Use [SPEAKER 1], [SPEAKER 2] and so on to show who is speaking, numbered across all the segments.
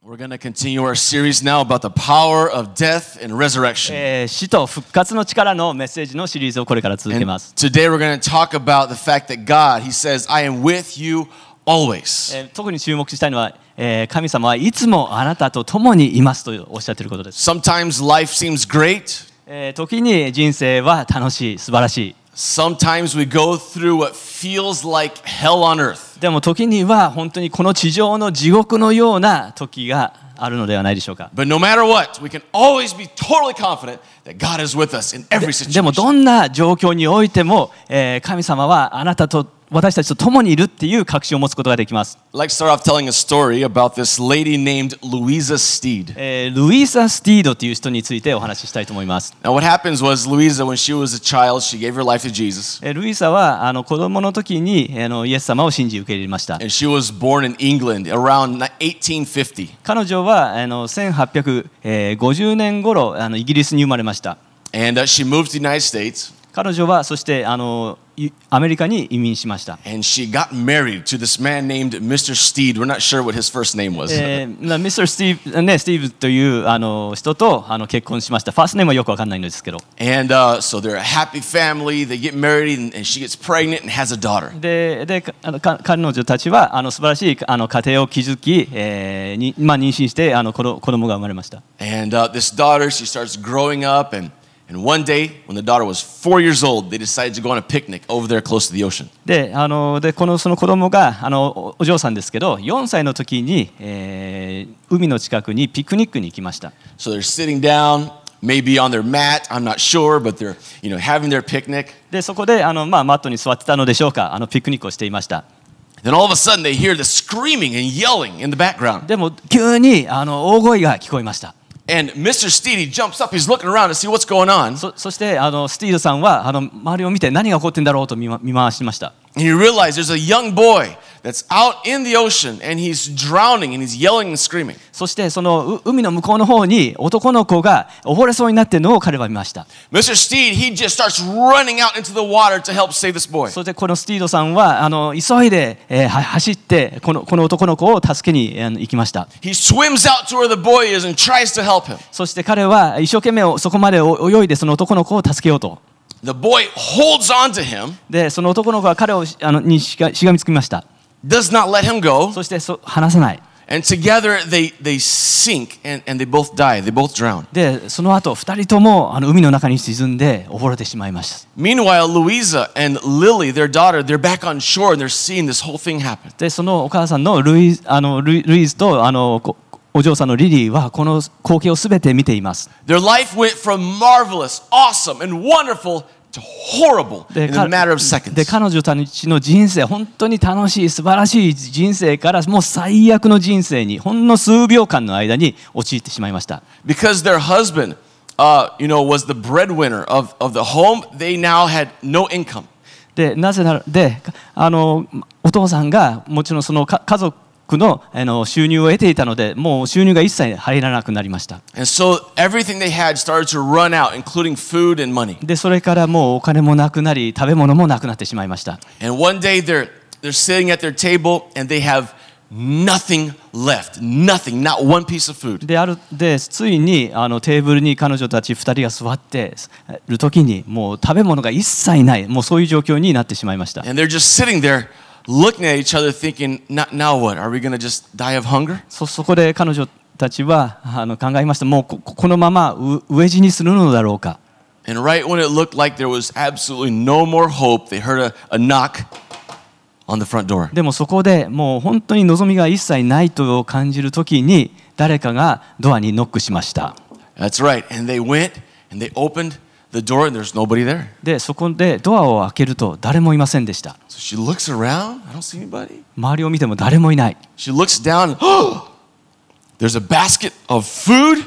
[SPEAKER 1] We're going to continue our series now about the power of death and resurrection.
[SPEAKER 2] えー死と復活の力のメッセージのシリーズをこれから続けま
[SPEAKER 1] And
[SPEAKER 2] す、
[SPEAKER 1] today we're going to talk about the fact that God, He says, I am with you always.
[SPEAKER 2] えー特に注目したいのは、えー神様はいつもあなたと共にいますとおっしゃっていることです、
[SPEAKER 1] Sometimes life seems great.
[SPEAKER 2] えー時に人生は楽しい素晴らし
[SPEAKER 1] Sometimes we go through what feels like hell on earth.
[SPEAKER 2] いでも時には本当にこの地上の地獄のような時があるのではないでしょうか
[SPEAKER 1] But no matter what, we can always be totally confident that God is with us in every
[SPEAKER 2] でも
[SPEAKER 1] situation.
[SPEAKER 2] どんな状況においても、えー神様はあなたと私たちと共にいるっていう確信を持つことができます、
[SPEAKER 1] I'd like to start off telling a story about this lady named Louisa Steed.
[SPEAKER 2] えールイーサ・スティードという人についてお話ししたいと思います
[SPEAKER 1] Now, what happens was Louisa, when she was a child, she gave her life to Jesus.
[SPEAKER 2] えールイーサはあの子供の時にあのイエス様を信じ受け入れました。
[SPEAKER 1] and she was born in England around 1850.
[SPEAKER 2] 彼女はあの1850年頃あのイギリスに生まれました。
[SPEAKER 1] And uh, she moved to the United States
[SPEAKER 2] 彼女はそしてあのいアメリカに移民しました。
[SPEAKER 1] and she got married to this man named Mr. Steed. We're not sure what his first name was.
[SPEAKER 2] えー、な Mr. スティーブ、ね、スティーブというあの人とあの結婚しました。ファーストネームはよくわかんないんですけど。
[SPEAKER 1] And uh, so they're a happy family. They get married and, and she gets pregnant and has a daughter.
[SPEAKER 2] ででかあのか彼女たちはあの素晴らしいあの家庭を築き、えーにまあ、妊娠してあの子ど子供が生まれました。
[SPEAKER 1] And uh, this daughter, she starts growing up. And, and one day, when the daughter was four years old, they decided to go on a picnic over there close to the ocean.
[SPEAKER 2] であのでこのその子供があのおお嬢さんですけど4歳の時に、えー海の近くにピクニックに行きました、
[SPEAKER 1] So they're sitting down, maybe on their mat. I'm not sure, but they're you know having their picnic.
[SPEAKER 2] でそこであの、まあ、マットに座ってたのでしょうかあのピクニックをしていました
[SPEAKER 1] Then all of a sudden, they hear the screaming and yelling in the background.
[SPEAKER 2] でも急にあの大声が聞こえました
[SPEAKER 1] And Mr. Steedy jumps up. He's looking around to see what's going on.
[SPEAKER 2] そそしてあのスティードさんはあの周りを見て何が起こってんだろうと見,、ま、見回しました
[SPEAKER 1] And he realizes there's a young boy that's out in the ocean and he's drowning and he's yelling and screaming.
[SPEAKER 2] そしてそのう海の向こうの方に男の子が溺れそうになってるのを彼は見ました
[SPEAKER 1] Mr. Steed, he just starts running out into the water to help save this boy.
[SPEAKER 2] そしてこのスティードさんはあの急いで、えーは走ってこのこの男の子を助けにあの行きました
[SPEAKER 1] He swims out to where the boy is and tries to help him.
[SPEAKER 2] そして彼は一生懸命そこまで泳いでその男の子を助けようと。
[SPEAKER 1] The boy holds on to him,
[SPEAKER 2] で、その男の子は彼をあのにしがしがみつきました。
[SPEAKER 1] does not let him go,
[SPEAKER 2] そしてそ離さない。
[SPEAKER 1] and together they, they sink and, and they both die. They both drown.
[SPEAKER 2] で、その後二人ともあの海の中に沈んで溺れてしまいました。
[SPEAKER 1] Meanwhile, Louisa and Lily, their daughter, they're back on shore and they're seeing this whole thing happen.
[SPEAKER 2] で、そのお母さんのルイあのルイルイーズとあのこお嬢さんのリリーはこの光景をすべて見ています。
[SPEAKER 1] Their life went from marvelous, awesome, and wonderful to horrible
[SPEAKER 2] で
[SPEAKER 1] in a matter of seconds.
[SPEAKER 2] で彼女たちの人生、本当に楽しい、素晴らしい人生からもう最悪の人生にほんの数秒間の間に陥ってしまいました。
[SPEAKER 1] because their husband, uh, you know, was the breadwinner of, of the home, they now had no income.
[SPEAKER 2] でなぜならでかあのお父さんがもちろんそのか家族のあの収入を得ていたのでもう収入が一切入らなくなりました
[SPEAKER 1] And so everything they had started to run out, including food and money.
[SPEAKER 2] でそれからもうお金もなくなり食べ物もなくなってしまいました
[SPEAKER 1] And one day they're, they're sitting at their table and they have nothing left, nothing, not one piece of food.
[SPEAKER 2] であるでついにあのテーブルに彼女たち2人が座っている時にもう食べ物が一切ないもうそういう状況になってしまいました
[SPEAKER 1] And they're just sitting there looking at each other thinking, "Now- now what? Are we going to just die of hunger?
[SPEAKER 2] そそこで彼女たちはあの考えましたもうここのままう飢え死にするのだろうか
[SPEAKER 1] And right when it looked like there was absolutely no more hope, they heard a, a knock on the front door.
[SPEAKER 2] でもそこでもう本当に望みが一切ないと感じるときに誰かがドアにノックしました。
[SPEAKER 1] That's right. And they went and they opened the door and there's nobody there.
[SPEAKER 2] でそこでドアを開けると誰もいませんでした。
[SPEAKER 1] So she looks around. I don't see anybody.
[SPEAKER 2] 周りを見ても誰もいない。
[SPEAKER 1] She looks down. Oh, there's a basket of food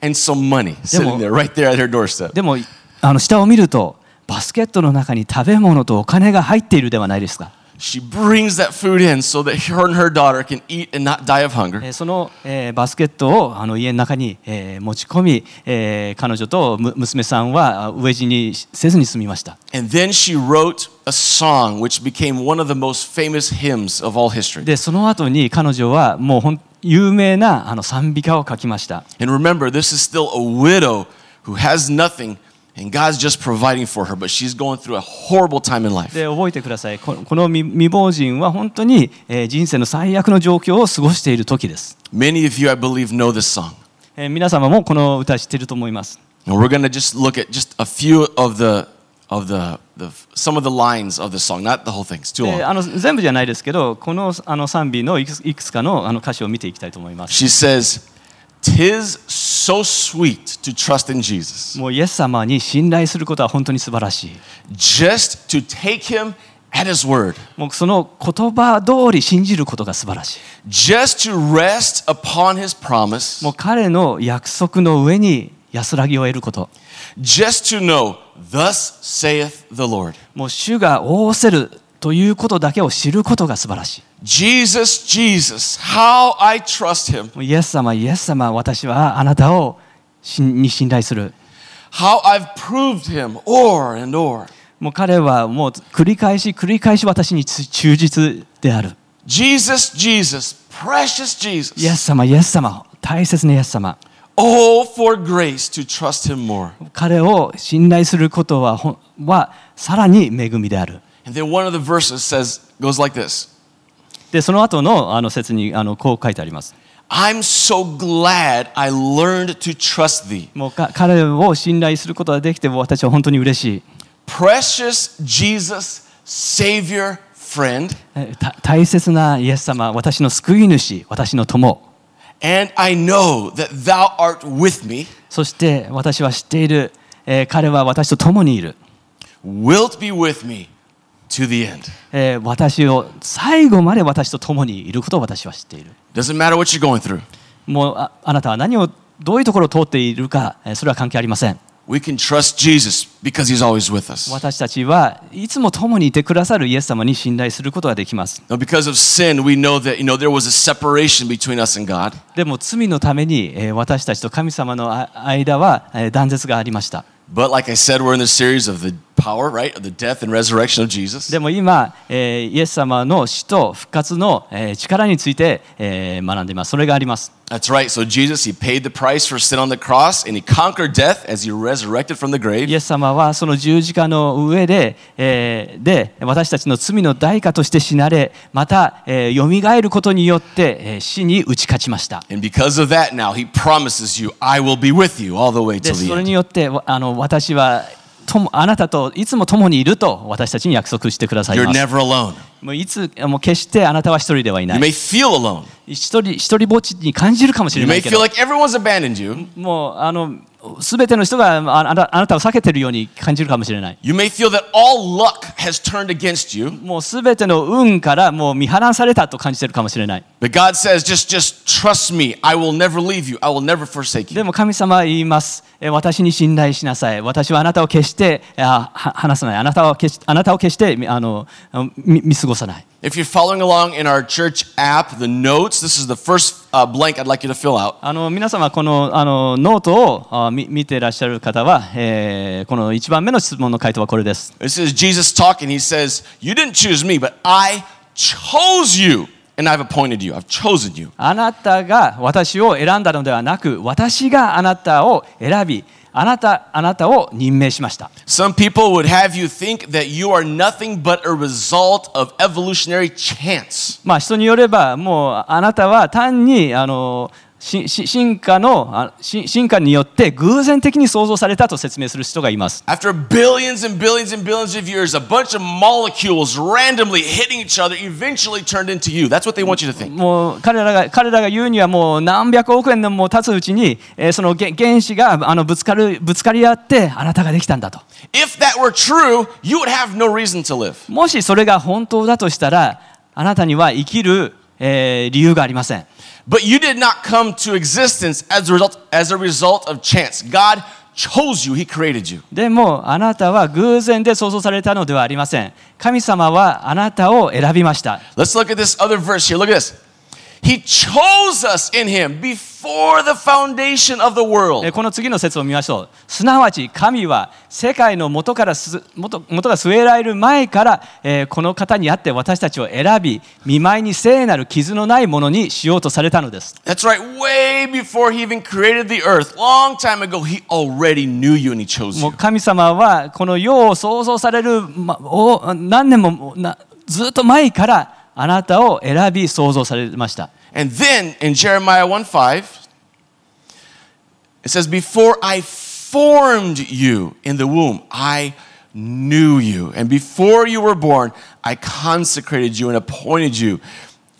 [SPEAKER 1] and some money sitting there right there at her doorstep.
[SPEAKER 2] でもあの下を見るとバスケットの中に食べ物とお金が入っているではないですか。
[SPEAKER 1] She brings that food in so that her and her daughter can eat and not die of hunger.
[SPEAKER 2] えーその、えーバスケットをあの家の中に、えー持ち込み、えー彼女とむ娘さんはあ飢え死にせずに済みました。
[SPEAKER 1] And then she wrote a song which became one of the most famous hymns of all history.
[SPEAKER 2] でその後に彼女はもうほん有名なあの賛美歌を書きました。
[SPEAKER 1] And remember, this is still a widow who has nothing, and God's just providing for her, but she's going through a horrible time in life.
[SPEAKER 2] で覚えてくださいここの未未亡人は本当に、えー人生の最悪の状況を過ごしている時です、
[SPEAKER 1] Many of you, I believe, know this song.
[SPEAKER 2] えー皆様もこの歌知っていると思います
[SPEAKER 1] And we're gonna just look at just a few of the of the, the some of the lines of the song, not the whole thing. It's too
[SPEAKER 2] で
[SPEAKER 1] long.
[SPEAKER 2] あの全部じゃないですけどこのあの賛美のいくついくつかのあの歌詞を見ていきたいと思います。
[SPEAKER 1] She says, "Tis so sweet to trust in Jesus,
[SPEAKER 2] もうイエス様に信頼することは本当に素晴らしい。
[SPEAKER 1] just to take Him at His word,
[SPEAKER 2] もうその言葉通り信じることが素晴らしい。
[SPEAKER 1] just to rest upon His promise,
[SPEAKER 2] もう彼の約束の上に安らぎを得ること。
[SPEAKER 1] just to know, thus saith the Lord."
[SPEAKER 2] もう主が仰せるということだけを知ることが素晴らしい。
[SPEAKER 1] Jesus, Jesus, how I trust him,
[SPEAKER 2] もうイエス様、イエス様、私はあなたを信に信頼する。
[SPEAKER 1] how I've proved him o'er and o'er.
[SPEAKER 2] もう彼はもう繰り返し繰り返し私に忠実である。
[SPEAKER 1] Jesus, Jesus, precious Jesus.
[SPEAKER 2] イエス様、イエス様、大切なイエス様。
[SPEAKER 1] Oh, for grace to trust him more.
[SPEAKER 2] 彼を信頼することはほんはさらに恵みである。
[SPEAKER 1] And then one of the verses says, goes like this
[SPEAKER 2] で、その後のあの説にあのこう書いてあります。
[SPEAKER 1] I'm so glad I learned to trust thee.
[SPEAKER 2] もうか彼を信頼することができて、私は本当に嬉しい。
[SPEAKER 1] Precious Jesus, Savior, friend.
[SPEAKER 2] えた大切なイエス様、私の救い主、私の友。
[SPEAKER 1] And I know that thou art with me,
[SPEAKER 2] そして私は知っている、えー彼は私と共にいる、
[SPEAKER 1] wilt be with me to the end.
[SPEAKER 2] えー私を最後まで私と共にいることを私は知っている。
[SPEAKER 1] Doesn't matter what you're going through.
[SPEAKER 2] もうああなたは何をどういうところを通っているか、えーそれは関係ありません。
[SPEAKER 1] We can trust Jesus because he's always with us.
[SPEAKER 2] 私たちはいつも共にいてくださるイエス様に信頼することができます。
[SPEAKER 1] Now, because of sin, we know that, you know, there was a separation between us and God.
[SPEAKER 2] でも罪のために、えー私たちと神様のあ間は、えー断絶がありました。
[SPEAKER 1] But like I said, we're in the series of the power, right? Of the death and resurrection of Jesus.
[SPEAKER 2] でも今、えーイエス様の死と復活の、えー力について、えー学んでいます。それがあります。
[SPEAKER 1] That's right. So Jesus, he paid the price for sin on the cross and he conquered death as he resurrected from the
[SPEAKER 2] イ
[SPEAKER 1] grave.
[SPEAKER 2] エス様はその十字架の上で,、えーで私たちの罪の代価として死なれまた、えー、蘇ることによって、えー死に打ち勝ちました。
[SPEAKER 1] And because of that, now he promises you, I will be with you all the way
[SPEAKER 2] で
[SPEAKER 1] till
[SPEAKER 2] そ
[SPEAKER 1] the
[SPEAKER 2] れ
[SPEAKER 1] end.
[SPEAKER 2] によってわあの私はともあなたといつも共にいると私たちに約束してください
[SPEAKER 1] You're
[SPEAKER 2] ます
[SPEAKER 1] never alone.
[SPEAKER 2] もういつもう決してあなたは一人ではいな
[SPEAKER 1] You
[SPEAKER 2] い
[SPEAKER 1] may feel alone.
[SPEAKER 2] 一人一人ぼっちに感じるかもし
[SPEAKER 1] You
[SPEAKER 2] れな
[SPEAKER 1] may
[SPEAKER 2] いけ
[SPEAKER 1] feel
[SPEAKER 2] ど
[SPEAKER 1] like everyone's abandoned you.
[SPEAKER 2] もうあの全ての人がああなあなたを避けてるように感じるかもしれない
[SPEAKER 1] You may feel that all luck has turned against you.
[SPEAKER 2] もう全ての運からもう見放されたと感じてるかもしれない
[SPEAKER 1] But God says, just, just trust me. I will never leave you. I will never forsake you.
[SPEAKER 2] でも神様は言います。えー私に信頼しなさい。私はあなたを決してあは離さない。あなたは決しあなたを決してみあの見見過ごさない。
[SPEAKER 1] If you're following along in our church app, the notes, this is the first uh, blank I'd like you to fill out.
[SPEAKER 2] あの皆様このあのノートをあ見見ていらっしゃる方は、えーこの1番目の質問の回答はこれです。
[SPEAKER 1] This is Jesus talking. He says, You didn't choose me, but I chose you, and I've appointed you. I've chosen you.
[SPEAKER 2] あなたが私を選んだのではなく、私があなたを選び、あなたあなたを任命しました。
[SPEAKER 1] Some people would have you think that you are nothing but a result of evolutionary chance.
[SPEAKER 2] まあ、人によればもうあなたは単にあのしし進化のあし進化によって偶然的に創造されたと説明する人がいます。
[SPEAKER 1] After billions and billions and billions of years, a bunch of molecules randomly hitting each other eventually turned into you. That's what they want you to think.
[SPEAKER 2] もう彼らが彼らが言うにはもう何百億円年も経つうちに、えーその原原子があのぶつかるぶつかり合ってあなたができたんだと。
[SPEAKER 1] If that were true, you would have no reason to live.
[SPEAKER 2] もしそれが本当だとしたらあなたには生きる、えー理由がありません。
[SPEAKER 1] But you did not come to existence as a result as a result of chance. God chose you. He created you.
[SPEAKER 2] でもあなたは偶然で創造されたのではありません。神様はあなたを選びました。
[SPEAKER 1] Let's look at this other verse here. Look at this. He chose us in Him before the foundation of the
[SPEAKER 2] えー
[SPEAKER 1] world.
[SPEAKER 2] この次の説を見ましょう。すなわち神は世界の元からす元元が据えられる前から、えーこの方にあって私たちを選び、見舞いに聖なる傷のないものにしようとされたのです。
[SPEAKER 1] That's right, way before He even created the earth, long time ago, He already knew you and He chose
[SPEAKER 2] もう
[SPEAKER 1] you.
[SPEAKER 2] 神様はこの世を創造される、ま、お何年ももうなずっと前からあなたを選び創造されました。
[SPEAKER 1] And then in Jeremiah 1 5, it says, Before I formed you in the womb, I knew you. And before you were born, I consecrated you and appointed you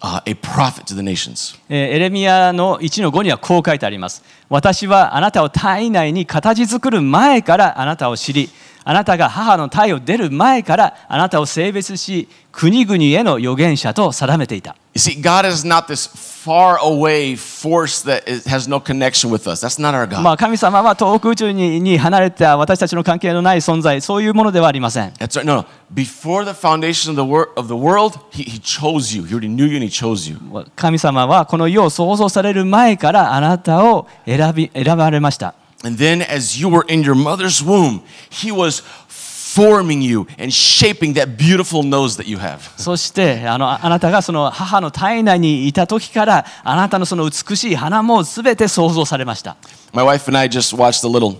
[SPEAKER 1] uh, a prophet to the nations.
[SPEAKER 2] えーエレミアの1の5にはこう書いてあります。私はあなたを体内に形作る前からあなたを知り、あなたが母の体を出る前からあなたを性別し、国々への預言者と定めていた。
[SPEAKER 1] You see, God is not this far away force that is, has no connection with us. That's not our God.
[SPEAKER 2] まあ、神様は遠く宇宙にに離れた私たちの関係のない存在、そういうものではありません。
[SPEAKER 1] That's right. No, no. Before the foundation of the, wor- of the world, he, he chose you. He already knew you and He chose you.
[SPEAKER 2] 神様はこの世を創造される前からあなたを選び選ばれました。
[SPEAKER 1] And then, as you were in your mother's womb, He was forming you and shaping that beautiful nose that you have.
[SPEAKER 2] そしてあのああなたがその母の体内にいた時からあなたのその美しい花も全て想像されました、
[SPEAKER 1] My wife and I just watched a little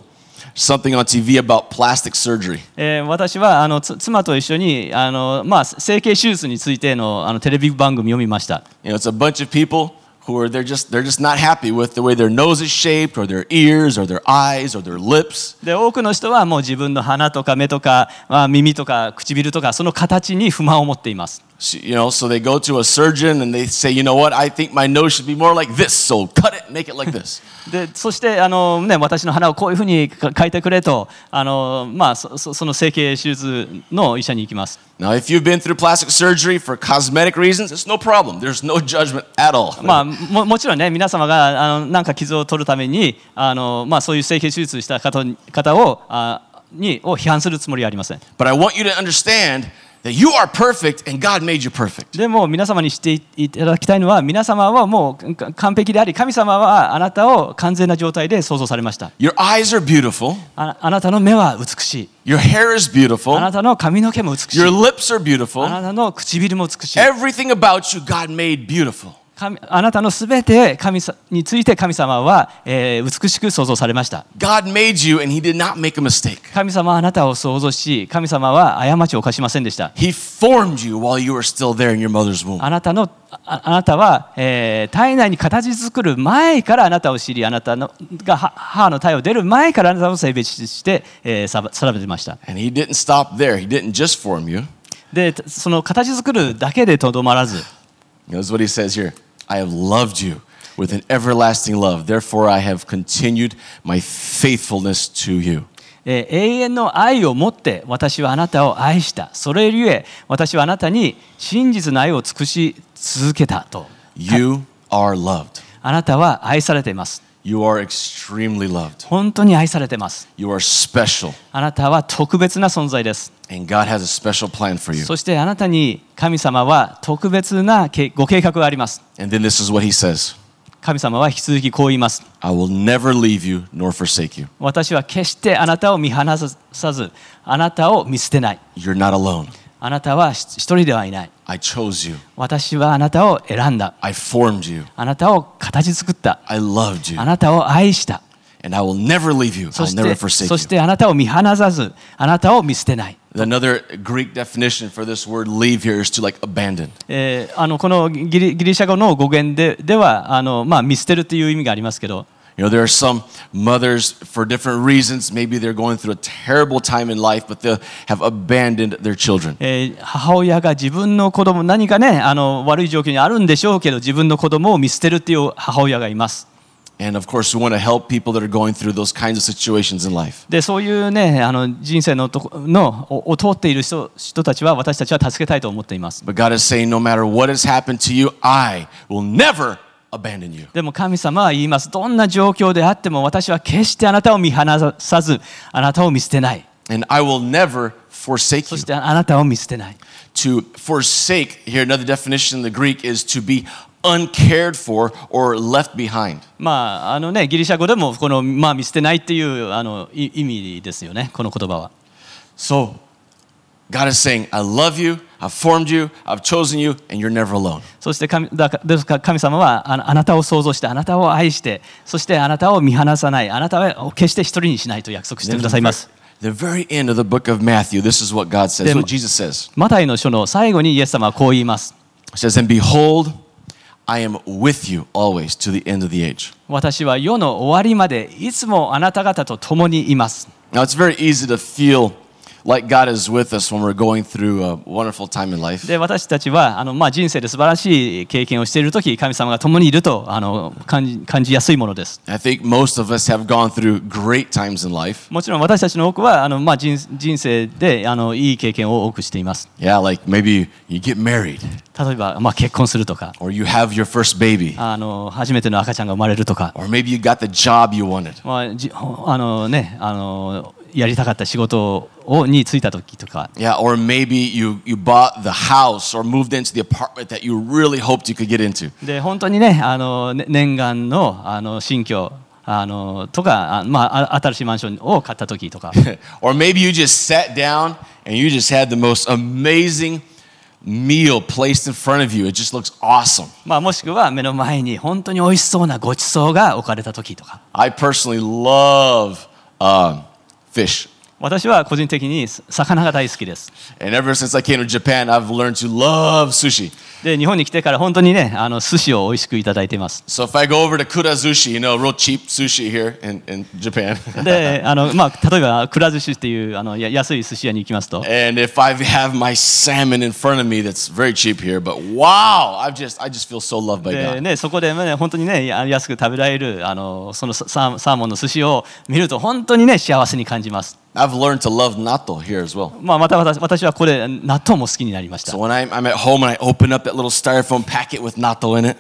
[SPEAKER 1] something on TV about plastic surgery.
[SPEAKER 2] えー私はあのつ妻と一緒にあの、まあ、整形手術についてのあのテレビ番組を見ました
[SPEAKER 1] You know, it's a bunch of people who are they're just they're just not happy with the way their nose is shaped, or their ears, or their eyes, or their lips.
[SPEAKER 2] で多くの人はもう自分の鼻とか目とか、まあ、耳とか唇とかその形に不満を持っています
[SPEAKER 1] So, you know, so they go to a surgeon and they say, you know what? I think my nose should be more like this. So cut it, make it like this.
[SPEAKER 2] でそしてあの、ね、私の鼻をこういうふうにか変えてくれとあの、まあ、そそその整形手術の医者に行きます
[SPEAKER 1] Now, if you've been through plastic surgery for cosmetic reasons, it's no problem. There's no judgment at all.
[SPEAKER 2] まあ、ももちろんね皆様があのなんか傷を取るためにあの、まあ、そういう整形手術した方に方をあにを批判するつもりはありません
[SPEAKER 1] But I want you to understand that you are perfect and God made you perfect.
[SPEAKER 2] でも皆様にしていいただきたいのは皆様はもうか完璧であり神様はあなたを完全な状態で創造されました
[SPEAKER 1] Your eyes are beautiful.
[SPEAKER 2] ああなたの目は美しい
[SPEAKER 1] Your hair is
[SPEAKER 2] あな
[SPEAKER 1] beautiful.
[SPEAKER 2] たの髪の毛も美しい
[SPEAKER 1] Your lips are
[SPEAKER 2] あな
[SPEAKER 1] beautiful.
[SPEAKER 2] たの唇も美しい
[SPEAKER 1] Everything about you, God made beautiful.
[SPEAKER 2] 神あなたのすべて神さについて神様は、えー美しく創造されました
[SPEAKER 1] God made you and He did not make a mistake.
[SPEAKER 2] 神様はあなたを創造し神様は過ちを犯しませんでした
[SPEAKER 1] He formed you while you were still there in your mother's womb.
[SPEAKER 2] あなたのああなたは、えー体内に形作る前からあなたを知りあなたのがは母の体を出る前からあなたを性別して、えー、さば定めてました。
[SPEAKER 1] And He didn't stop there. He didn't just form you.
[SPEAKER 2] でたその形作るだけでとどまらず
[SPEAKER 1] That's what He says here I have loved you with an everlasting love. Therefore, I have continued my faithfulness to you.
[SPEAKER 2] えー永遠の愛を持って私はあなたを愛したそれゆえ私はあなたに真実の愛を尽くし続けたと
[SPEAKER 1] You are loved.
[SPEAKER 2] あなたは愛されています
[SPEAKER 1] You are extremely loved.
[SPEAKER 2] 本当に愛されています
[SPEAKER 1] You are special,
[SPEAKER 2] あなたは特別な存在です
[SPEAKER 1] and God has a special plan for you.
[SPEAKER 2] そしてあなたに神様は特別な計ご計画があります。
[SPEAKER 1] And then this is what He says
[SPEAKER 2] 神様は引き続きこう言います。
[SPEAKER 1] I will never leave you nor forsake you.
[SPEAKER 2] 私は決してあなたを見放さず、あなたを見捨てない。
[SPEAKER 1] You're not alone.
[SPEAKER 2] あなたは一人ではいない。
[SPEAKER 1] I chose you.
[SPEAKER 2] 私はあなたを選んだ。
[SPEAKER 1] I formed you.
[SPEAKER 2] あなたを形作った。
[SPEAKER 1] I loved you.
[SPEAKER 2] あなたを愛した。
[SPEAKER 1] And I will never leave you.
[SPEAKER 2] そ
[SPEAKER 1] I'll
[SPEAKER 2] し
[SPEAKER 1] never
[SPEAKER 2] て
[SPEAKER 1] forsake
[SPEAKER 2] そし
[SPEAKER 1] you.
[SPEAKER 2] てあなたを見放さず、あなたを見捨てない。
[SPEAKER 1] Another Greek definition for this word leave here is to like abandon.
[SPEAKER 2] えーあのこのギリギリシャ語の語源でではあの、まあ、見捨てるという意味がありますけど、
[SPEAKER 1] You know, there are some mothers for different reasons. Maybe they're going through a terrible time in life, but they have abandoned their children.
[SPEAKER 2] えー母親が自分の子供何かねあの悪い状況にあるんでしょうけど自分の子供を見捨てるっていう母親がいます
[SPEAKER 1] And of course, we want to help people that are going through those kinds of situations in life.
[SPEAKER 2] でそういうねあの人生のとこのをを通っている人人たちは私たちは助けたいと思っています
[SPEAKER 1] But God is saying, no matter what has happened to you, I will never abandon you.
[SPEAKER 2] でも神様は言いますどんな状況であっても私は決してあなたを見放さずあなたを見捨てない
[SPEAKER 1] And I will never forsake
[SPEAKER 2] そ
[SPEAKER 1] you.
[SPEAKER 2] してあなたを見捨てない
[SPEAKER 1] To forsake, here, another definition in the Greek is to be uncared for or left behind.
[SPEAKER 2] まああのね、ギリシャ語でもこの、まあ、見捨てないっていうあのい意味ですよね、この言葉は。
[SPEAKER 1] So God is saying, I love you, I've formed you, I've chosen you, and you're never alone.
[SPEAKER 2] そして神だからですから神様はあのあなたを創造して、あなたを愛して、そしてあなたを見放さない、あなたは決して一人にしないと約束してくださいます。
[SPEAKER 1] The very end of the book of Matthew, this is what God says,
[SPEAKER 2] Then-
[SPEAKER 1] what Jesus says.
[SPEAKER 2] マタイの書の最後にイエス様はこう言います。
[SPEAKER 1] He says, And behold, I am with you always to the end of the age.
[SPEAKER 2] 私は世の終わりまでいつもあなた方と共にいます。
[SPEAKER 1] Now, it's very easy to feel like God is with us when we're going through a wonderful time in life.
[SPEAKER 2] で私たちはあの、まあ、人生で素晴らしい経験をしているとき、神様が共にいるとあの感じ感じやすいものです。
[SPEAKER 1] I think most of us have gone through great times in life.
[SPEAKER 2] もちろん私たちの多くはあの、まあ、人人生であのいい経験を多くしています。
[SPEAKER 1] Yeah, like maybe you get married
[SPEAKER 2] 例えば、まあ、結婚するとか
[SPEAKER 1] or you have your first baby
[SPEAKER 2] あの、初めての赤ちゃんが生まれるとか、
[SPEAKER 1] or maybe you got the job you wanted.
[SPEAKER 2] まあじあのね、あのやりたかった仕事をに就いたときとか、
[SPEAKER 1] Yeah, or maybe you, you bought the house or moved into the apartment that you really hoped you could get into.
[SPEAKER 2] で本当にねあのね念願のあの新居あのとかあ、まあ、あ新しいマンションを買った時とか
[SPEAKER 1] or maybe you just sat down and you just had the most amazing meal placed in front of you. It just looks awesome.
[SPEAKER 2] まあもしくは目の前に本当に美味しそうなごちそうが置かれた時とか
[SPEAKER 1] I personally love um, fish.
[SPEAKER 2] 私は個人的にさ魚が大好きです
[SPEAKER 1] And ever since I came to Japan, I've learned to love sushi.
[SPEAKER 2] で日本に来てから本当にねあの寿司を美味しくいただいています
[SPEAKER 1] So if I go over to Kurazushi, you know, real cheap sushi here in, in Japan.
[SPEAKER 2] であの、まあ、例えばくら寿司っていうあのや安い寿司屋に行きますと
[SPEAKER 1] and if I have my salmon in front of me that's very cheap here, but wow, I've just I just feel so loved by
[SPEAKER 2] で
[SPEAKER 1] God.
[SPEAKER 2] ね、そこで、ね、本当にねや安く食べられるあのそのササーモンの寿司を見ると本当にね幸せに感じます
[SPEAKER 1] I've learned to love natto here as well.
[SPEAKER 2] まあ、また私私はこれ納豆も好きになりました
[SPEAKER 1] So when I'm, I'm at home and I open up that little styrofoam packet with natto in it,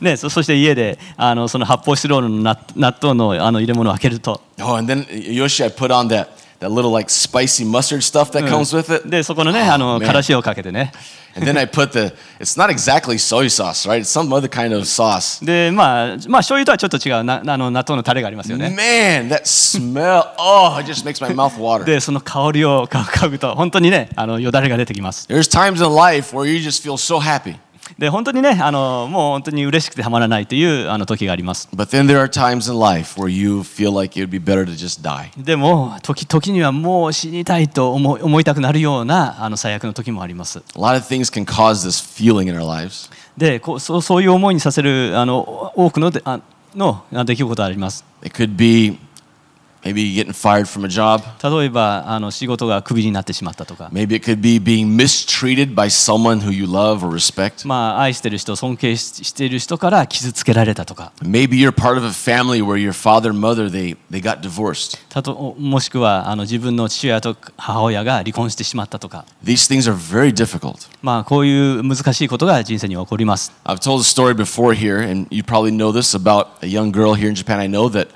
[SPEAKER 2] ね、そそして家であのその発泡スチロールの納納豆のあの入れ物を開けると
[SPEAKER 1] oh, and then Yoshi, I put on that that little like spicy mustard stuff
[SPEAKER 2] Mm.
[SPEAKER 1] that comes with it.
[SPEAKER 2] でそこのねあの
[SPEAKER 1] man.
[SPEAKER 2] からしをかけてね
[SPEAKER 1] And then I put the, it's not exactly soy sauce, right? It's some other kind of sauce.
[SPEAKER 2] でまあまあ醤油とはちょっと違うなあの納豆のタレがありますよね
[SPEAKER 1] Man, that smell, oh, it just makes my mouth water.
[SPEAKER 2] でその香りをか嗅ぐと本当にねあのよだれが出てきます
[SPEAKER 1] There's times in life where you just feel so happy.
[SPEAKER 2] で本当にねあのもう本当に嬉しくてたまらないというあの時があります
[SPEAKER 1] But then there are times in life where you feel like it would be better to just die.
[SPEAKER 2] でも時時にはもう死にたいと思い思いたくなるようなあの最悪の時もあります
[SPEAKER 1] A lot of things can cause this feeling in our lives.
[SPEAKER 2] でこうそうそういう思いにさせるあのお多くのであのあ出来事があります。
[SPEAKER 1] It could be maybe getting fired from a job.
[SPEAKER 2] 例えばあの仕事がクビになってしまったとか、
[SPEAKER 1] Maybe it could be being mistreated by someone who you love or respect.
[SPEAKER 2] まあ、愛してる人尊敬ししている人から傷つけられたとか
[SPEAKER 1] Maybe you're part of a family where your father and mother they, they got divorced.
[SPEAKER 2] たとおもしくはあの自分の父親と母親が離婚してしまったとか、
[SPEAKER 1] These things are very difficult.
[SPEAKER 2] まあ、こういう難しいことが人生には起こります。
[SPEAKER 1] I've told a story before here, and you probably know this about a young girl here in Japan. I know that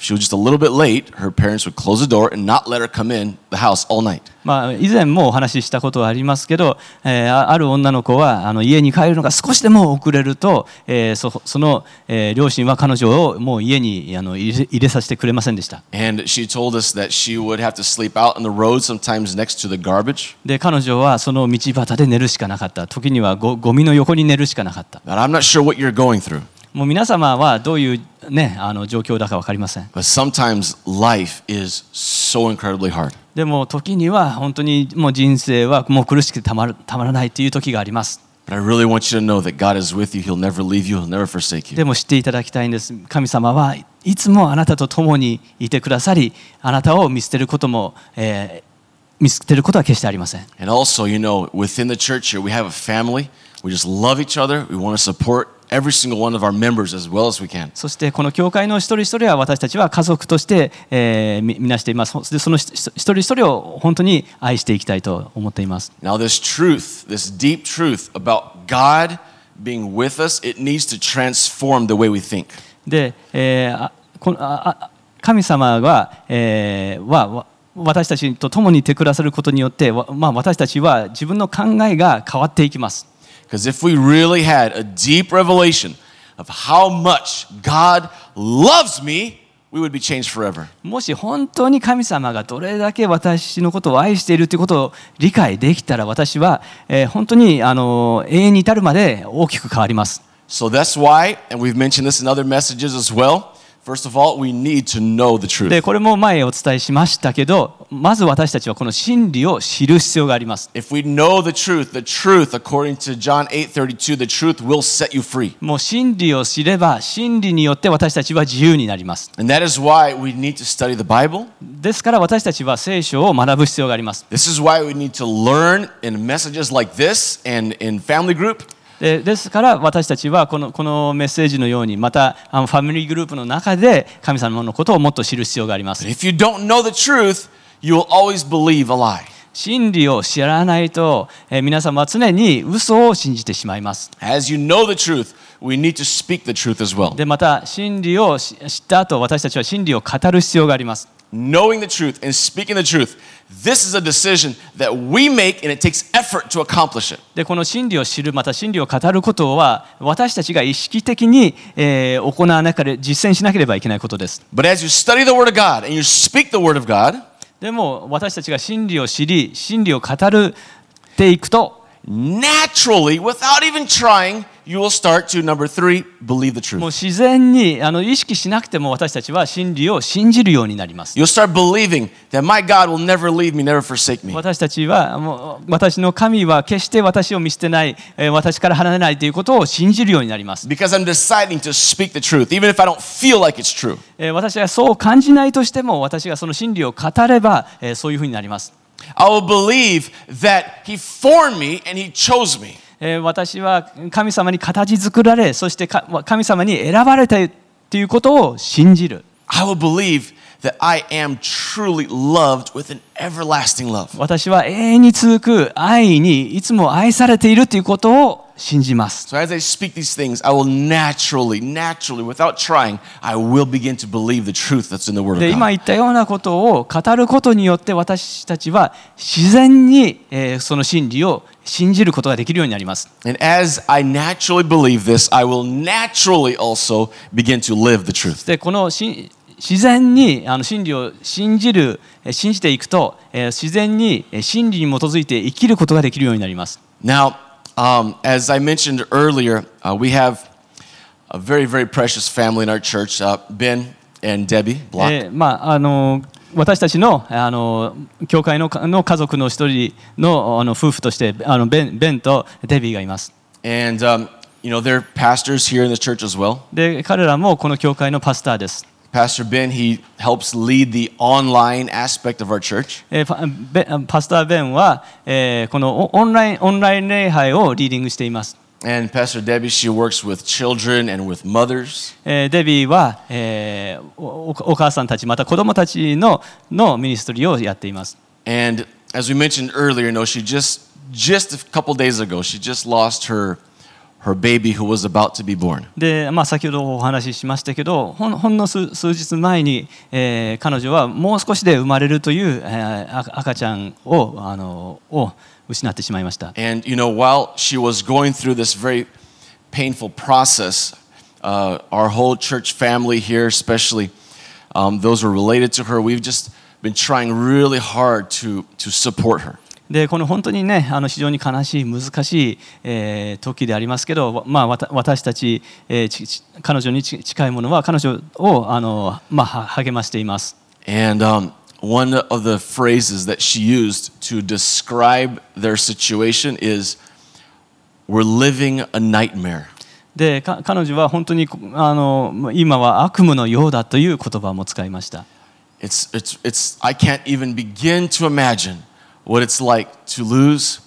[SPEAKER 1] if she was just a little bit late, her parents would close the door and not let her come in the house all night.
[SPEAKER 2] まあ、以前もお話ししたことはありますけど、えーあある女の子はあの家に帰るのが少しでも遅れると、えーそその、えー両親は彼女をもう家にあの入れ入れさせてくれませんでした。
[SPEAKER 1] And she told us that she would have to sleep out on the road, sometimes next to the garbage.
[SPEAKER 2] で彼女はその道端で寝るしかなかった時にはごゴミの横に寝るしかなかった。
[SPEAKER 1] Now, I'm not sure what you're going through,
[SPEAKER 2] もう皆様はどういう、ね、あの状況だか分かりません。
[SPEAKER 1] but sometimes life is so incredibly hard.
[SPEAKER 2] でも時には本当にもう人生はもう苦しくてたまるたまらないという時があります。
[SPEAKER 1] But I really want you to know that God is with you. He'll never leave you, He'll never forsake you.
[SPEAKER 2] でも知っていただきたいんです。神様はいつもあなたと共にいてくださり、あなたを見捨てることも、えー見捨てることは決してありません。
[SPEAKER 1] And also, you know, within the church here, we have a family. We just love each other. We want to support every single one of our members as well as we can.
[SPEAKER 2] そしてこの教会の一人一人は私たちは家族として、えーみみなしています。そでその一一人一人を本当に愛していきたいと思っています。
[SPEAKER 1] Now, this truth, this deep truth about God being with us, it needs to transform the way we think.
[SPEAKER 2] で、えーあこのああ神様が、えーはわ私たちと共にいてくださることによって、わまあ、私たちは自分の考えが変わっていきます。
[SPEAKER 1] Because if we really had a deep revelation of how much God loves me, we would be changed forever.
[SPEAKER 2] もし本当に神様がどれだけ私のことを愛しているということを理解できたら私は、えー本当にあの永遠に至るまで大きく変わります。
[SPEAKER 1] So that's why, and we've mentioned this in other messages as well. First of all, we need to know the truth.
[SPEAKER 2] でこれも前お伝えしましたけどまず私たちはこの真理を知る必要があります。
[SPEAKER 1] If we know the truth, the truth, according to John 8 32, the truth will set you free.
[SPEAKER 2] もう真理を知れば真理によって私たちは自由になります。
[SPEAKER 1] And that is why we need to study the Bible.
[SPEAKER 2] ですから私たちは聖書を学ぶ必要があります。
[SPEAKER 1] This is why we need to learn in messages like this and in family group.
[SPEAKER 2] でですから私たちはこのこのメッセージのようにまたあのファミリーグループの中で神様のことをもっと知る必要があります
[SPEAKER 1] But。if you don't know the truth, you will always believe a lie.
[SPEAKER 2] 真理を知らないと、えー皆様は常に嘘を信じてしまいます。
[SPEAKER 1] As you know the truth, we need to speak the truth as well.
[SPEAKER 2] でまた真理をし知った後私たちは真理を語る必要があります。
[SPEAKER 1] Knowing the truth and speaking the truth, this is a decision that we make and it takes effort to accomplish it.
[SPEAKER 2] でこの真理を知るまた真理を語ることは私たちが意識的に、えー行わなければ実践しなければいけないことです。
[SPEAKER 1] But as you study the Word of God and you speak the Word of God,
[SPEAKER 2] でも私たちが真理を知り真理を語るっていくと
[SPEAKER 1] naturally, without even trying, you will start to, number three, believe the
[SPEAKER 2] もう
[SPEAKER 1] truth.
[SPEAKER 2] 自然にあの意識しなくても私たちは真理を信じるようになります。
[SPEAKER 1] You'll start believing that my God will never leave me, never forsake me.
[SPEAKER 2] 私たちはもう私の神は決して私を見捨てないえー私から離れないということを信じるようになります
[SPEAKER 1] Because I'm deciding to speak the truth, even if I don't feel like it's true.
[SPEAKER 2] えー私がそう感じないとしても私がその真理を語ればえーそういうふうになります
[SPEAKER 1] I will believe that He formed me and He chose me.
[SPEAKER 2] えー私は神様に形作られそしてか神様に選ばれたということを信じる
[SPEAKER 1] I will believe that I am truly loved with an everlasting love.
[SPEAKER 2] 私は永遠に続く愛にいつも愛されているということを信じます
[SPEAKER 1] So as I speak these things, I will naturally, naturally, without trying, I will begin to believe the truth that's in the Word of
[SPEAKER 2] で
[SPEAKER 1] God.
[SPEAKER 2] 今言ったようなことを語ることによって私たちは自然に、えーその真理を信じることができるようになります。
[SPEAKER 1] And as I naturally believe this, I will naturally also begin to live the truth.
[SPEAKER 2] でこのし自然にあの真理を信じるえー信じていくと、えー自然にえー真理に基づいて生きることができるようになります。
[SPEAKER 1] Now, um, as I mentioned earlier, uh, we have a very, very precious family in our church uh, Ben and Debbie Block.
[SPEAKER 2] えーまああの私たちのあの教会のかの家族の一人のあの夫婦としてあのベンベンとデビーがいます。
[SPEAKER 1] And, um, you know, they're pastors here in the church as well.
[SPEAKER 2] で彼らもこの教会のパスターです。
[SPEAKER 1] Pastor Ben, he helps lead the online aspect of our church.
[SPEAKER 2] えーパベパスター・ベンは、えーこのオオンラインオンライン礼拝をリーディングしています。
[SPEAKER 1] And Pastor Debbie, she works with children and with mothers.
[SPEAKER 2] えーデビーは、えーおおお母さんたち、また子供たちののミニストリーをやっています。
[SPEAKER 1] And as we mentioned earlier, you know, she just just a couple days ago, she just lost her her baby who was about to be born.
[SPEAKER 2] で、まあ、先ほどお話ししましたけど、ほんほんの数数日前に、えー彼女はもう少しで生まれるという、えー赤赤ちゃんをあのを失ってしまいました。
[SPEAKER 1] And you know, while she was going through this very painful process, uh, our whole church family here, especially um, those who are related to her, we've just been trying really hard to to support her.
[SPEAKER 2] でこの本当にねあの非常に悲しい難しい、えー時でありますけど、わまあ、わた私たち,、えーちち彼女にち近いものは彼女をあの、まあ、は励ましています。
[SPEAKER 1] And um, one of the phrases that she used to describe their situation is, "We're living a nightmare."
[SPEAKER 2] でか彼女は本当にこあのまあ今は悪夢のようだという言葉も使いました。
[SPEAKER 1] It's, it's, it's, I can't even begin to imagine what it's like to lose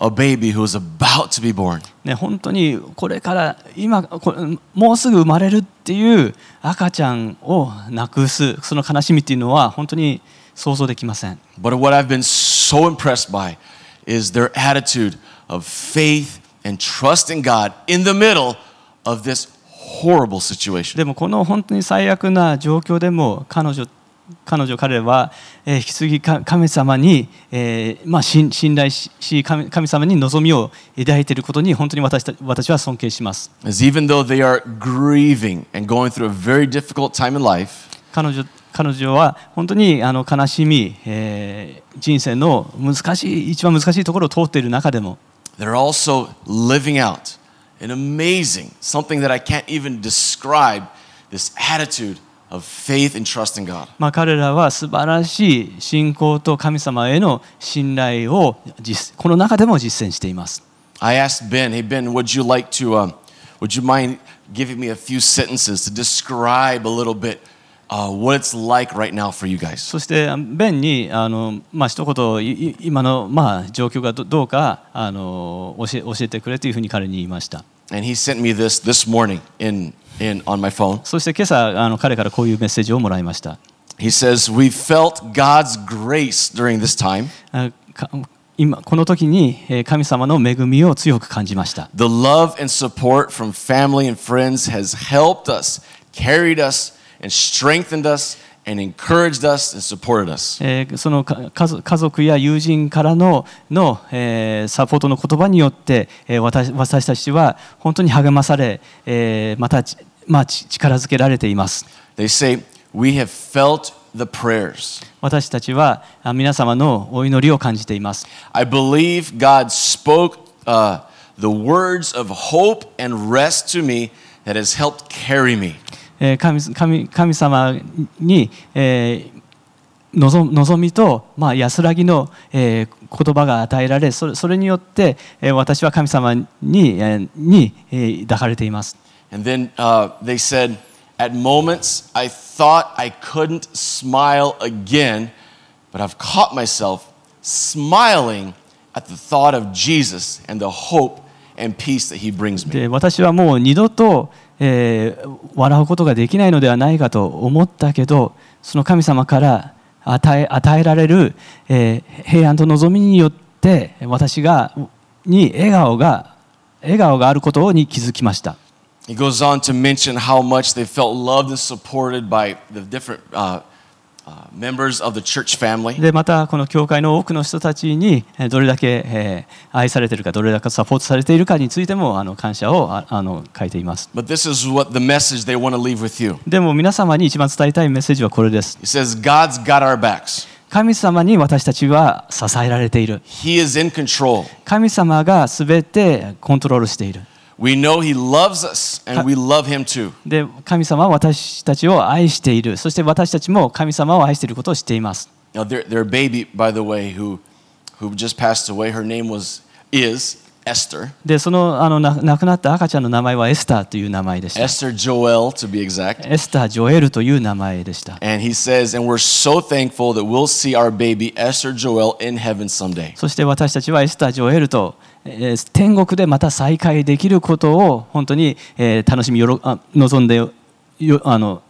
[SPEAKER 1] a baby who is about to be born.
[SPEAKER 2] ね、本当にこれから今こもうすぐ生まれるっていう赤ちゃんを亡くすその悲しみっていうのは本当に想像できません。
[SPEAKER 1] But what I've been so impressed by is their attitude of faith and trust in God in the middle of this horrible situation.
[SPEAKER 2] でもこの本当に最悪な状況でも彼女彼女彼は、えー引き継ぎか神様に、えーまあ、信信頼しし神神様に望みを抱いていることに本当に私た私は尊敬します
[SPEAKER 1] As even though they are grieving and going through a very difficult time in life,
[SPEAKER 2] 彼女彼女は本当にあの悲しみ、えー人生の難しい一番難しいところを通っている中でも
[SPEAKER 1] they're also living out an amazing, something that I can't even describe this attitude of faith and trust in God.
[SPEAKER 2] まあ、彼らは素晴らしい信仰と神様への信頼を実この中でも実践しています。
[SPEAKER 1] I asked Ben, hey, Ben, would you like to, um, would you mind giving me a few sentences to describe a little bit uh, what it's like right now for you guys?
[SPEAKER 2] そしてベンにあの、まあ一言いい今の、まあ、状況がどどうかあの教え教えてくれというふうに彼に言いました。
[SPEAKER 1] And he sent me this this morning in, in, on my phone.
[SPEAKER 2] そして今朝あの彼からこういうメッセージをもらいました。
[SPEAKER 1] He says, We felt God's grace during this time,
[SPEAKER 2] あか今この時にえー神様の恵みを強く感じました。
[SPEAKER 1] the love and support from family and friends has helped us, carried us, and strengthened us, and encouraged us, and supported us.
[SPEAKER 2] えーそのか家族家族や友人からのの、えーサポートの言葉によって、えー私私たちは本当に励まされ、えーまたち、まあ、ち力づけられています。
[SPEAKER 1] They say, We have felt the prayers.
[SPEAKER 2] 私たちはあ皆様のお祈りを感じています。
[SPEAKER 1] I believe God spoke uh, the words of hope and rest to me that has helped carry me.
[SPEAKER 2] えー神神神様に、えー望望みと、まあ、安らぎの、えー言葉が与えられそれそれによって、えー私は神様に,、えーにえー抱かれています。
[SPEAKER 1] And then uh, they said, At moments, I thought I couldn't smile again, but I've caught myself smiling at the thought of Jesus and the hope and peace that he brings me.
[SPEAKER 2] で私はもう二度と、えー笑うことができないのではないかと思ったけどその神様から与え与えられる、えー平安と望みによって私がに笑顔が笑顔があることに気づきました。
[SPEAKER 1] He goes on to mention how much they felt loved and supported by the different uh, uh, members of the church family.
[SPEAKER 2] でまたこの教会の多くの人たちにえーどれだけ、えー愛されているかどれだけサポートされているかについてもあの感謝をああの書いています
[SPEAKER 1] But this is what the message they want to leave with you.
[SPEAKER 2] でも皆様に一番伝えたいメッセージはこれです
[SPEAKER 1] He says, God's got our backs.
[SPEAKER 2] 神様に私たちは支えられている
[SPEAKER 1] He is in control.
[SPEAKER 2] 神様がすべてコントロールしている。
[SPEAKER 1] We know He loves us and we love Him too.
[SPEAKER 2] で、神様は私たちを愛している。そして私たちも神様を愛していることを知っています。
[SPEAKER 1] Now, their, their baby, by the way, who, who just passed away, her name was, is Esther.
[SPEAKER 2] で、そのあのな亡くなった赤ちゃんの名前はエスターという名前でした。
[SPEAKER 1] Esther Joel, to be exact.
[SPEAKER 2] エスター・ジョエルという名前でした。
[SPEAKER 1] And he says, and we're so thankful that we'll see our baby Esther Joel in heaven someday.
[SPEAKER 2] そして私たちはエスター・ジョエルと、えー天国でまた再会できることを本当に、えー楽しみよろあ望んでよあの、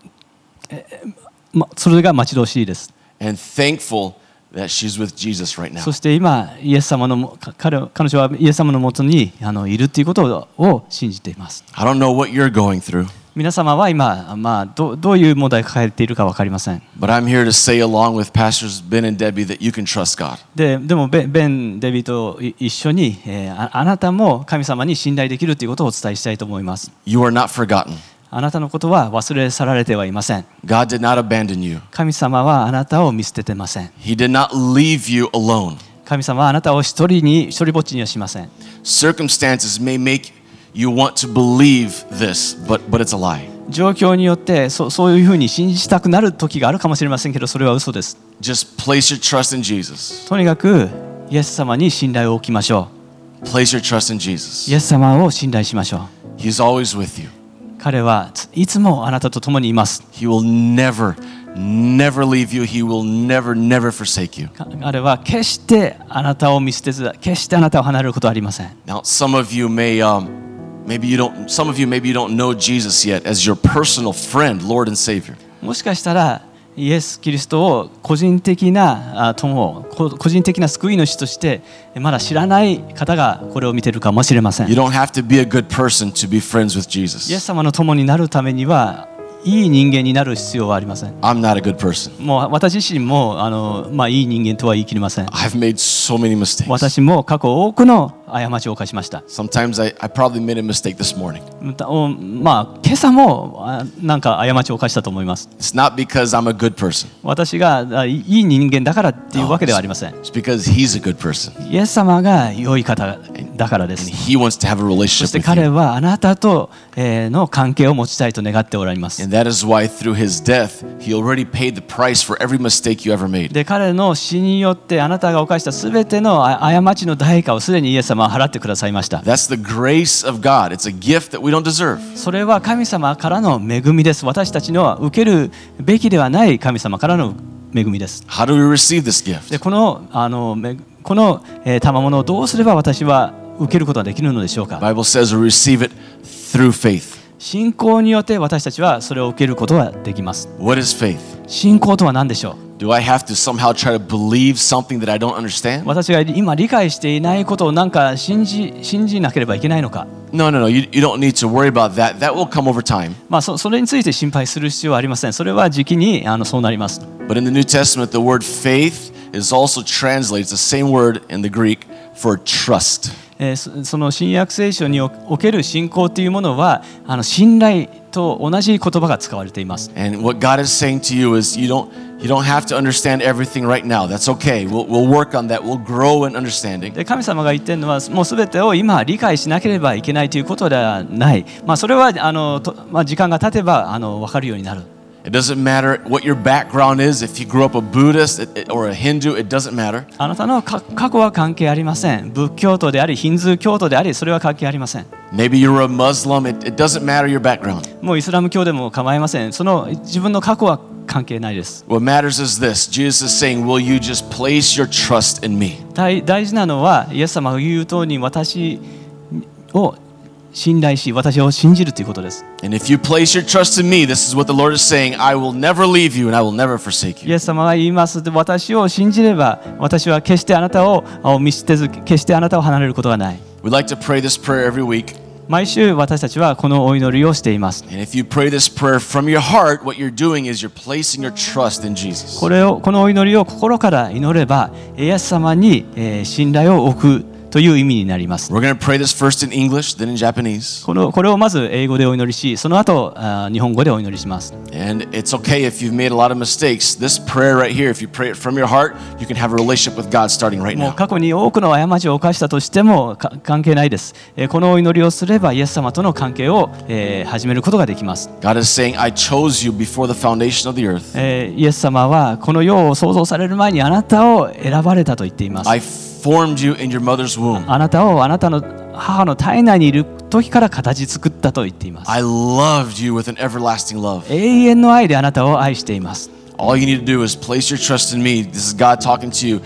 [SPEAKER 2] えーま、それが待ち遠しいです。
[SPEAKER 1] And thankful that she's with Jesus right now.
[SPEAKER 2] そして今、イエス様のもか彼は彼女はイエス様のもとにあのいるということをを信じています。
[SPEAKER 1] I don't know what you're going through,
[SPEAKER 2] 皆様は今、まあ、どどういう問題を抱えているか分かりません。
[SPEAKER 1] but I'm here to say, along with Pastors Ben and Debbie, that you can trust God.
[SPEAKER 2] ででもベン、ベンデビッドとい一緒に、えーあ、あなたも神様に信頼できるということをお伝えしたいと思います。
[SPEAKER 1] You are not forgotten.
[SPEAKER 2] あなたのことは忘れ去られてはいません。
[SPEAKER 1] God did not abandon you.
[SPEAKER 2] 神様はあなたを見捨ててません。
[SPEAKER 1] He did not leave you alone.
[SPEAKER 2] 神様はあなたを一人に、一人ぼっちにはしません。
[SPEAKER 1] Circumstances may make you want to believe this, but, but it's a lie.
[SPEAKER 2] 状況によってそそういうふうに信じたくなる時があるかもしれませんけど、それは嘘です。
[SPEAKER 1] Just place your trust in Jesus.
[SPEAKER 2] とにかくイエス様に信頼を置きましょ
[SPEAKER 1] Place your trust in
[SPEAKER 2] う
[SPEAKER 1] Jesus.
[SPEAKER 2] イエス様を信頼しましょ
[SPEAKER 1] He's always with you.
[SPEAKER 2] う彼はついつもあなたと共にいます
[SPEAKER 1] He will never, never leave you. He will never, never forsake you.
[SPEAKER 2] か彼は決してあなたを見捨てず決してあなたを離れることはありません
[SPEAKER 1] Now, some of you may, um, maybe you don't, some of you maybe you don't know Jesus yet as your personal friend, Lord and Savior.
[SPEAKER 2] もしかしたらイエス・キリストを個人的なあ友をこ個人的な救い主としてまだ知らない方がこれを見てるかもしれません
[SPEAKER 1] You
[SPEAKER 2] イ
[SPEAKER 1] don't have to be a good person to be friends with
[SPEAKER 2] エ
[SPEAKER 1] Jesus.
[SPEAKER 2] ス様の友になるためにはいい人間になる必要はありません
[SPEAKER 1] I'm not a good person.
[SPEAKER 2] もう私自身もあの、まあ、いい人間とは言い切りません
[SPEAKER 1] I've made so many mistakes.
[SPEAKER 2] 私も過去多くの過ちを犯しました
[SPEAKER 1] Sometimes I, I probably made a mistake this morning.
[SPEAKER 2] またおまあ今朝もあなんか過ちを犯したと思います
[SPEAKER 1] It's not because I'm a good person,
[SPEAKER 2] 私があいい人間だからっていうわけではありません
[SPEAKER 1] it's because He's a good person.
[SPEAKER 2] イエス様が良い方だからです
[SPEAKER 1] He wants to have a
[SPEAKER 2] そし
[SPEAKER 1] relationship
[SPEAKER 2] て
[SPEAKER 1] with
[SPEAKER 2] 彼
[SPEAKER 1] you.
[SPEAKER 2] はあなたとえーの関係を持ちたいと願っておられます
[SPEAKER 1] And that is why through His death, He already paid the price for every mistake you ever made.
[SPEAKER 2] で彼の死によってあなたが犯したすべてのあ過ちの代価をすでにイエス様は払ってくださいました
[SPEAKER 1] That's the grace of God. It's a gift that we don't deserve.
[SPEAKER 2] それは神様からの恵みです私たちのは受けるべきではない神様からの恵みです
[SPEAKER 1] How do we receive this gift?
[SPEAKER 2] でこのあのめこの、えー賜物をどうすれば私は受けることができるのでしょう
[SPEAKER 1] The
[SPEAKER 2] か
[SPEAKER 1] Bible says we receive it through faith.
[SPEAKER 2] 信仰によって私たちはそれを受けることができます
[SPEAKER 1] What is faith?
[SPEAKER 2] 信仰とは何でしょ
[SPEAKER 1] Do I have to somehow try to believe something that I don't
[SPEAKER 2] う
[SPEAKER 1] understand?
[SPEAKER 2] 私が今理解していないことを何か信じ信じなければいけないのか
[SPEAKER 1] No, no, no. You, you don't need to worry about that. That will come over time.
[SPEAKER 2] まあそそれについて心配する必要はありませんそれは時期にあのそうなります
[SPEAKER 1] But in the New Testament, the word faith is also translated, it's the same word in the Greek for trust.
[SPEAKER 2] えーそその新約聖書におおける信仰というものはあの信頼と同じ言葉が使われています
[SPEAKER 1] And what God is saying to you is you don't you don't have to understand everything right now. That's okay. We'll, we'll work on that. We'll grow in understanding.
[SPEAKER 2] で神様が言ってるのはもう全てを今理解しなければいけないということではない、まあ、それはあのと、まあ、時間が経てばあの分かるようになる
[SPEAKER 1] It doesn't matter what your background is. If you grew up a Buddhist it- it- or a Hindu, it doesn't matter.
[SPEAKER 2] あなたのか過去は関係ありません仏教徒でありヒンズー教徒でありそれは関係ありません
[SPEAKER 1] Maybe you're a Muslim. It, it doesn't matter your background.
[SPEAKER 2] もうイスラム教でも構いませんその自分の過去は関係ないです
[SPEAKER 1] What matters is this Jesus is saying, Will you just place your trust in me?
[SPEAKER 2] 大大事なのはイエス様が言う通りに私を信頼し私を信じるということです
[SPEAKER 1] And if you place your trust in me, this is what the Lord is saying I will never leave you and I will never forsake
[SPEAKER 2] イ
[SPEAKER 1] you.
[SPEAKER 2] エス様が言います私を信じれば私は決してあなたをあ見捨てず決してあなたを離れることはない
[SPEAKER 1] We'd like to pray this prayer every week.
[SPEAKER 2] 毎週私たちはこのお祈りをしています
[SPEAKER 1] And if you pray this prayer from your heart, what you're doing is you're placing your trust in Jesus.
[SPEAKER 2] これをこのお祈りを心から祈ればイエス様に、えー信頼を置くという意味になります
[SPEAKER 1] We're going to pray this first in English, then in Japanese.
[SPEAKER 2] このこれをまず英語でお祈りしその後あ日本語でお祈りします
[SPEAKER 1] And it's okay if you've made a lot of mistakes. This prayer right here, if you pray it from your heart, you can have a relationship with God starting right
[SPEAKER 2] もう
[SPEAKER 1] now.
[SPEAKER 2] 過去に多くの過ちを犯したとしてもか関係ないです、えーこのお祈りをすればイエス様との関係を、えー始めることができます、
[SPEAKER 1] God is saying, I chose you before the foundation of the earth.
[SPEAKER 2] えーイエス様はこの世を創造される前にあなたを選ばれたと言っています
[SPEAKER 1] I formed you in your mother's womb.
[SPEAKER 2] あなたをあなたの母の体内にいる時から形作ったと言っています
[SPEAKER 1] I loved you with an everlasting love.
[SPEAKER 2] 永遠の愛であなたを愛しています
[SPEAKER 1] All you need to do is place your trust in me. This is God talking to you.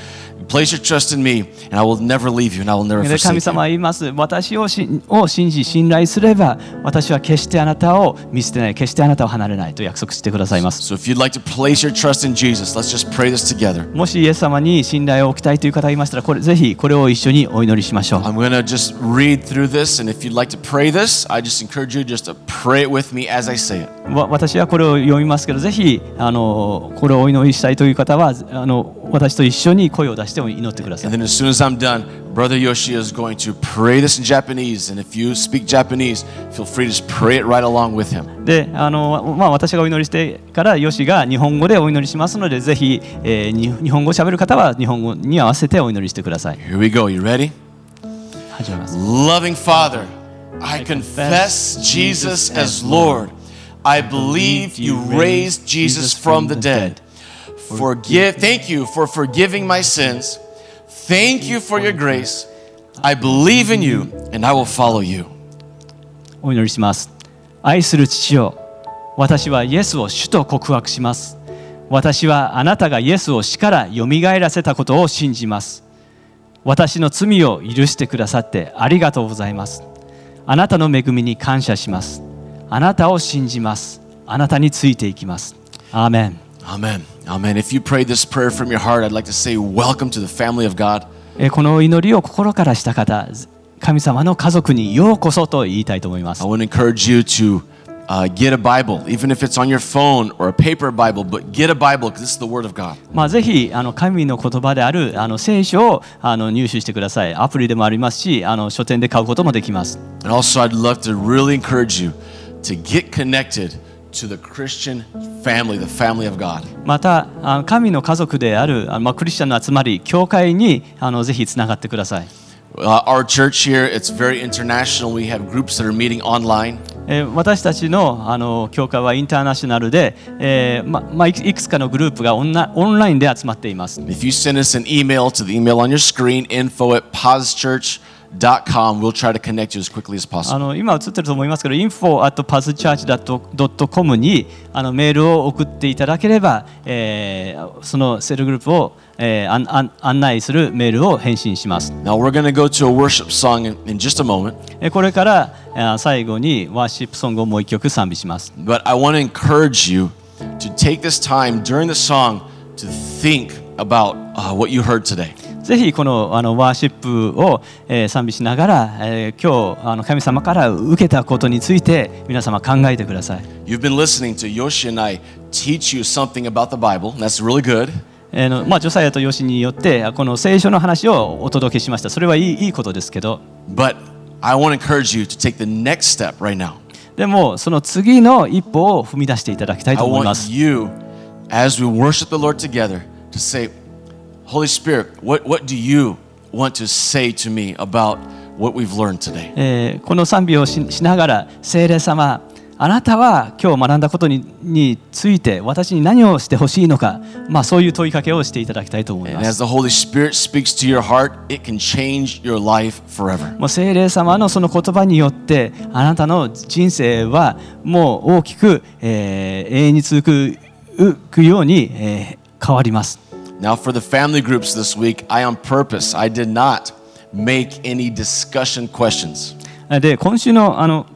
[SPEAKER 1] Place your trust in me, and I will never leave you, and I will never
[SPEAKER 2] で神
[SPEAKER 1] forsake
[SPEAKER 2] 様
[SPEAKER 1] you.
[SPEAKER 2] は言います私をしを信じ信頼すれば私は決してあなたを見捨てない決してあなたを離れないと約束してくださいます
[SPEAKER 1] So if you'd like to place your trust in Jesus, let's just pray this together.
[SPEAKER 2] もしイエス様に信頼を置きたいという方がいましたらこれぜひこれを一緒にお祈りしましょう
[SPEAKER 1] I'm going to just read through this, and if you'd like to pray this, I just encourage you just to pray it with me as I say it.
[SPEAKER 2] わ私はこれを読みますけどぜひあのこれをお祈りしたいという方はあの私と一緒に声を出して祈ってください
[SPEAKER 1] And then as soon as I'm done, Brother Yoshi is going to pray this in Japanese, and if you speak Japanese, feel free to just pray it right along with him.
[SPEAKER 2] であの、まあ、私がお祈りしてからよしが日本語でお祈りしますのでぜひ、えーに日本語をしゃべる方は日本語に合わせてお祈りしてください
[SPEAKER 1] Here we go. You ready?
[SPEAKER 2] 始めます、
[SPEAKER 1] Loving Father, I confess Jesus as Lord. I believe you raised Jesus from the dead. Forgive, thank you for forgiving my sins. Thank you for your grace. I believe in you and I will follow you.
[SPEAKER 2] お祈りします愛する父よ私はイエスを主と告白します私はあなたがイエスを死からよみがえらせたことを信じます私の罪を許してくださってありがとうございますあなたの恵みに感謝しますあなたを信じますあなたについていきますアーメン
[SPEAKER 1] Amen. Amen. If you prayed this prayer from your heart, I'd like to say welcome to the family of God.
[SPEAKER 2] えーこのお祈りを心からした方神様の家族にようこそと言いたいと思います
[SPEAKER 1] I want to encourage you to uh, get a Bible, even if it's on your phone or a paper Bible, but get a Bible because this is the Word of God.
[SPEAKER 2] まあ、ぜひあの神の言葉であるあの聖書をあの入手してください。アプリでもありますし、あの書店で買うこともできます。
[SPEAKER 1] And also, I'd love to really encourage you to get connected to the Christian family, the family of God.
[SPEAKER 2] また、あの神の家族であるあのまあクリスチャンの集まり、教会にあのぜひつながってください。
[SPEAKER 1] Uh, our church here, it's very international. We have groups that are meeting online.
[SPEAKER 2] えー私たちのあの教会はインターナショナルで、えーままあ、いくいくつかのグループがオンラオンラインで集まっています。
[SPEAKER 1] If you send us an email to the email on your screen, info at pauschurch.com, we'll try to connect you as quickly as
[SPEAKER 2] あ
[SPEAKER 1] possible.
[SPEAKER 2] の今映ってると思いますけど、info.puzzchurch.com にあのメールを送っていただければ、えーそのセルグループを、えーあんあん案内するメールを返信します。
[SPEAKER 1] Now, we're going to go to a worship song in, in just a moment,
[SPEAKER 2] えーこれからえー最後にワーシップソングをもう一曲賛美します。
[SPEAKER 1] but I want to encourage you to take this time during the song to think about uh, what you heard today.
[SPEAKER 2] ぜひこのあのワーシップを、えー賛美しながら、えー今日あの神様から受けたことについて皆様考えてください。
[SPEAKER 1] You've been listening to Yoshi and I teach you something about the Bible, and that's really good.
[SPEAKER 2] えーのまあ、ジョサヤとヨシによってあこの聖書の話をお届けしました。それはいいいいことですけど。
[SPEAKER 1] But I want to encourage you to take the next step right now.
[SPEAKER 2] でもその次の一歩を踏み出していただきたい
[SPEAKER 1] I
[SPEAKER 2] と思いま
[SPEAKER 1] want
[SPEAKER 2] す。
[SPEAKER 1] you, as we worship the Lord together, to say, Holy Spirit, what, what do you want to say to me about what we've learned today?
[SPEAKER 2] えーこの賛美をししながら聖霊様あなたは今日学んだことにについて私に何をしてほしいのか、まあ、そういう問いかけをしていただきたいと思い
[SPEAKER 1] And
[SPEAKER 2] ま
[SPEAKER 1] as
[SPEAKER 2] す。
[SPEAKER 1] the Holy Spirit speaks to your heart, it can change your life forever.
[SPEAKER 2] もう聖霊様のその言葉によってあなたの人生はもう大きく、えー永遠に続くうくように、えー変わります。
[SPEAKER 1] Now, for the family groups this week, I on purpose, I did not make any discussion questions.
[SPEAKER 2] で今週のあの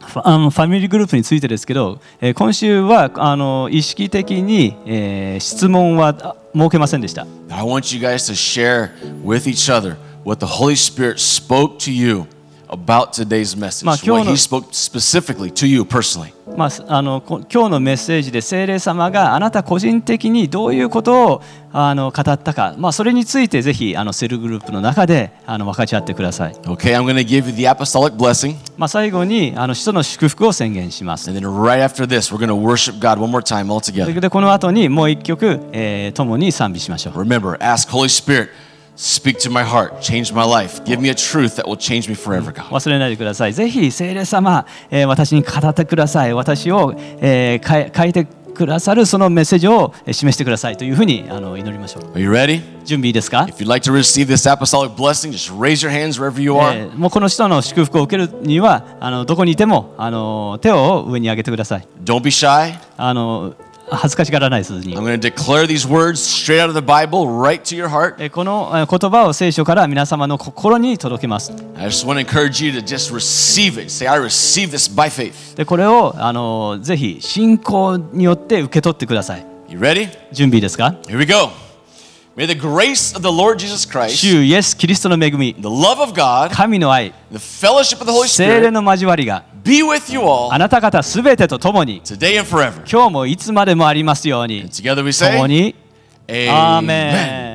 [SPEAKER 2] ファあのファミリーグループについてですけど、えー今週はあの意識的に、えー質問はあ設けませんでした、
[SPEAKER 1] I want you guys to share with each other what the Holy Spirit spoke to you about today's message,
[SPEAKER 2] Ma,
[SPEAKER 1] what
[SPEAKER 2] kyono-
[SPEAKER 1] He spoke specifically to you personally.
[SPEAKER 2] まあ、すあのこ今日のメッセージで聖霊様があなた個人的にどういうことをあの語ったか、まあ、それについてぜひあのセルグループの中であの分かち合ってください、
[SPEAKER 1] Okay, I'm going to give you the apostolic blessing,
[SPEAKER 2] まあ、最後にあの使徒の祝福を宣言します
[SPEAKER 1] and then right after this, we're going to worship God one more time all
[SPEAKER 2] という
[SPEAKER 1] together.
[SPEAKER 2] ことでこの後にもう一曲、えー共に賛美しましょう
[SPEAKER 1] Remember, ask Holy Spirit, speak to my heart, change my life, give me a truth that will change me forever, God.
[SPEAKER 2] 忘れないでください。ぜひ聖霊様、えー私に語ってください。私を、えー変え変えてくださるそのメッセージをえー示してくださいというふうにあの祈りましょう。
[SPEAKER 1] Are you ready?
[SPEAKER 2] 準備いいですか、
[SPEAKER 1] If you'd like to receive this apostolic blessing, just raise your hands wherever you
[SPEAKER 2] え
[SPEAKER 1] are.
[SPEAKER 2] ーもうこの人の祝福を受けるにはあのどこにいてもあの手を上に上げてください。
[SPEAKER 1] Don't be shy.
[SPEAKER 2] あの恥ずかしがらないですに
[SPEAKER 1] I'm。going to declare these words straight out of the Bible, right to your heart.
[SPEAKER 2] えーこのえー言葉を聖書から皆様の心に届けます。
[SPEAKER 1] I just want to encourage you to just receive it. Say, I receive this by faith.
[SPEAKER 2] でこれをあのぜひ信仰によって受け取ってください。
[SPEAKER 1] You ready?
[SPEAKER 2] 準備いいですか
[SPEAKER 1] Here we go. May the grace of the Lord Jesus Christ,
[SPEAKER 2] 主イエス・キリストの恵み、
[SPEAKER 1] the love of God,
[SPEAKER 2] 神の愛、
[SPEAKER 1] the fellowship of the Holy
[SPEAKER 2] 精霊
[SPEAKER 1] Spirit
[SPEAKER 2] の交わりが
[SPEAKER 1] be with you
[SPEAKER 2] あ
[SPEAKER 1] all
[SPEAKER 2] なた方すべてとともに
[SPEAKER 1] today and forever.
[SPEAKER 2] 今日もいつまでもありますように
[SPEAKER 1] Together we
[SPEAKER 2] 共
[SPEAKER 1] say,
[SPEAKER 2] にアーメ
[SPEAKER 1] Amen.
[SPEAKER 2] ン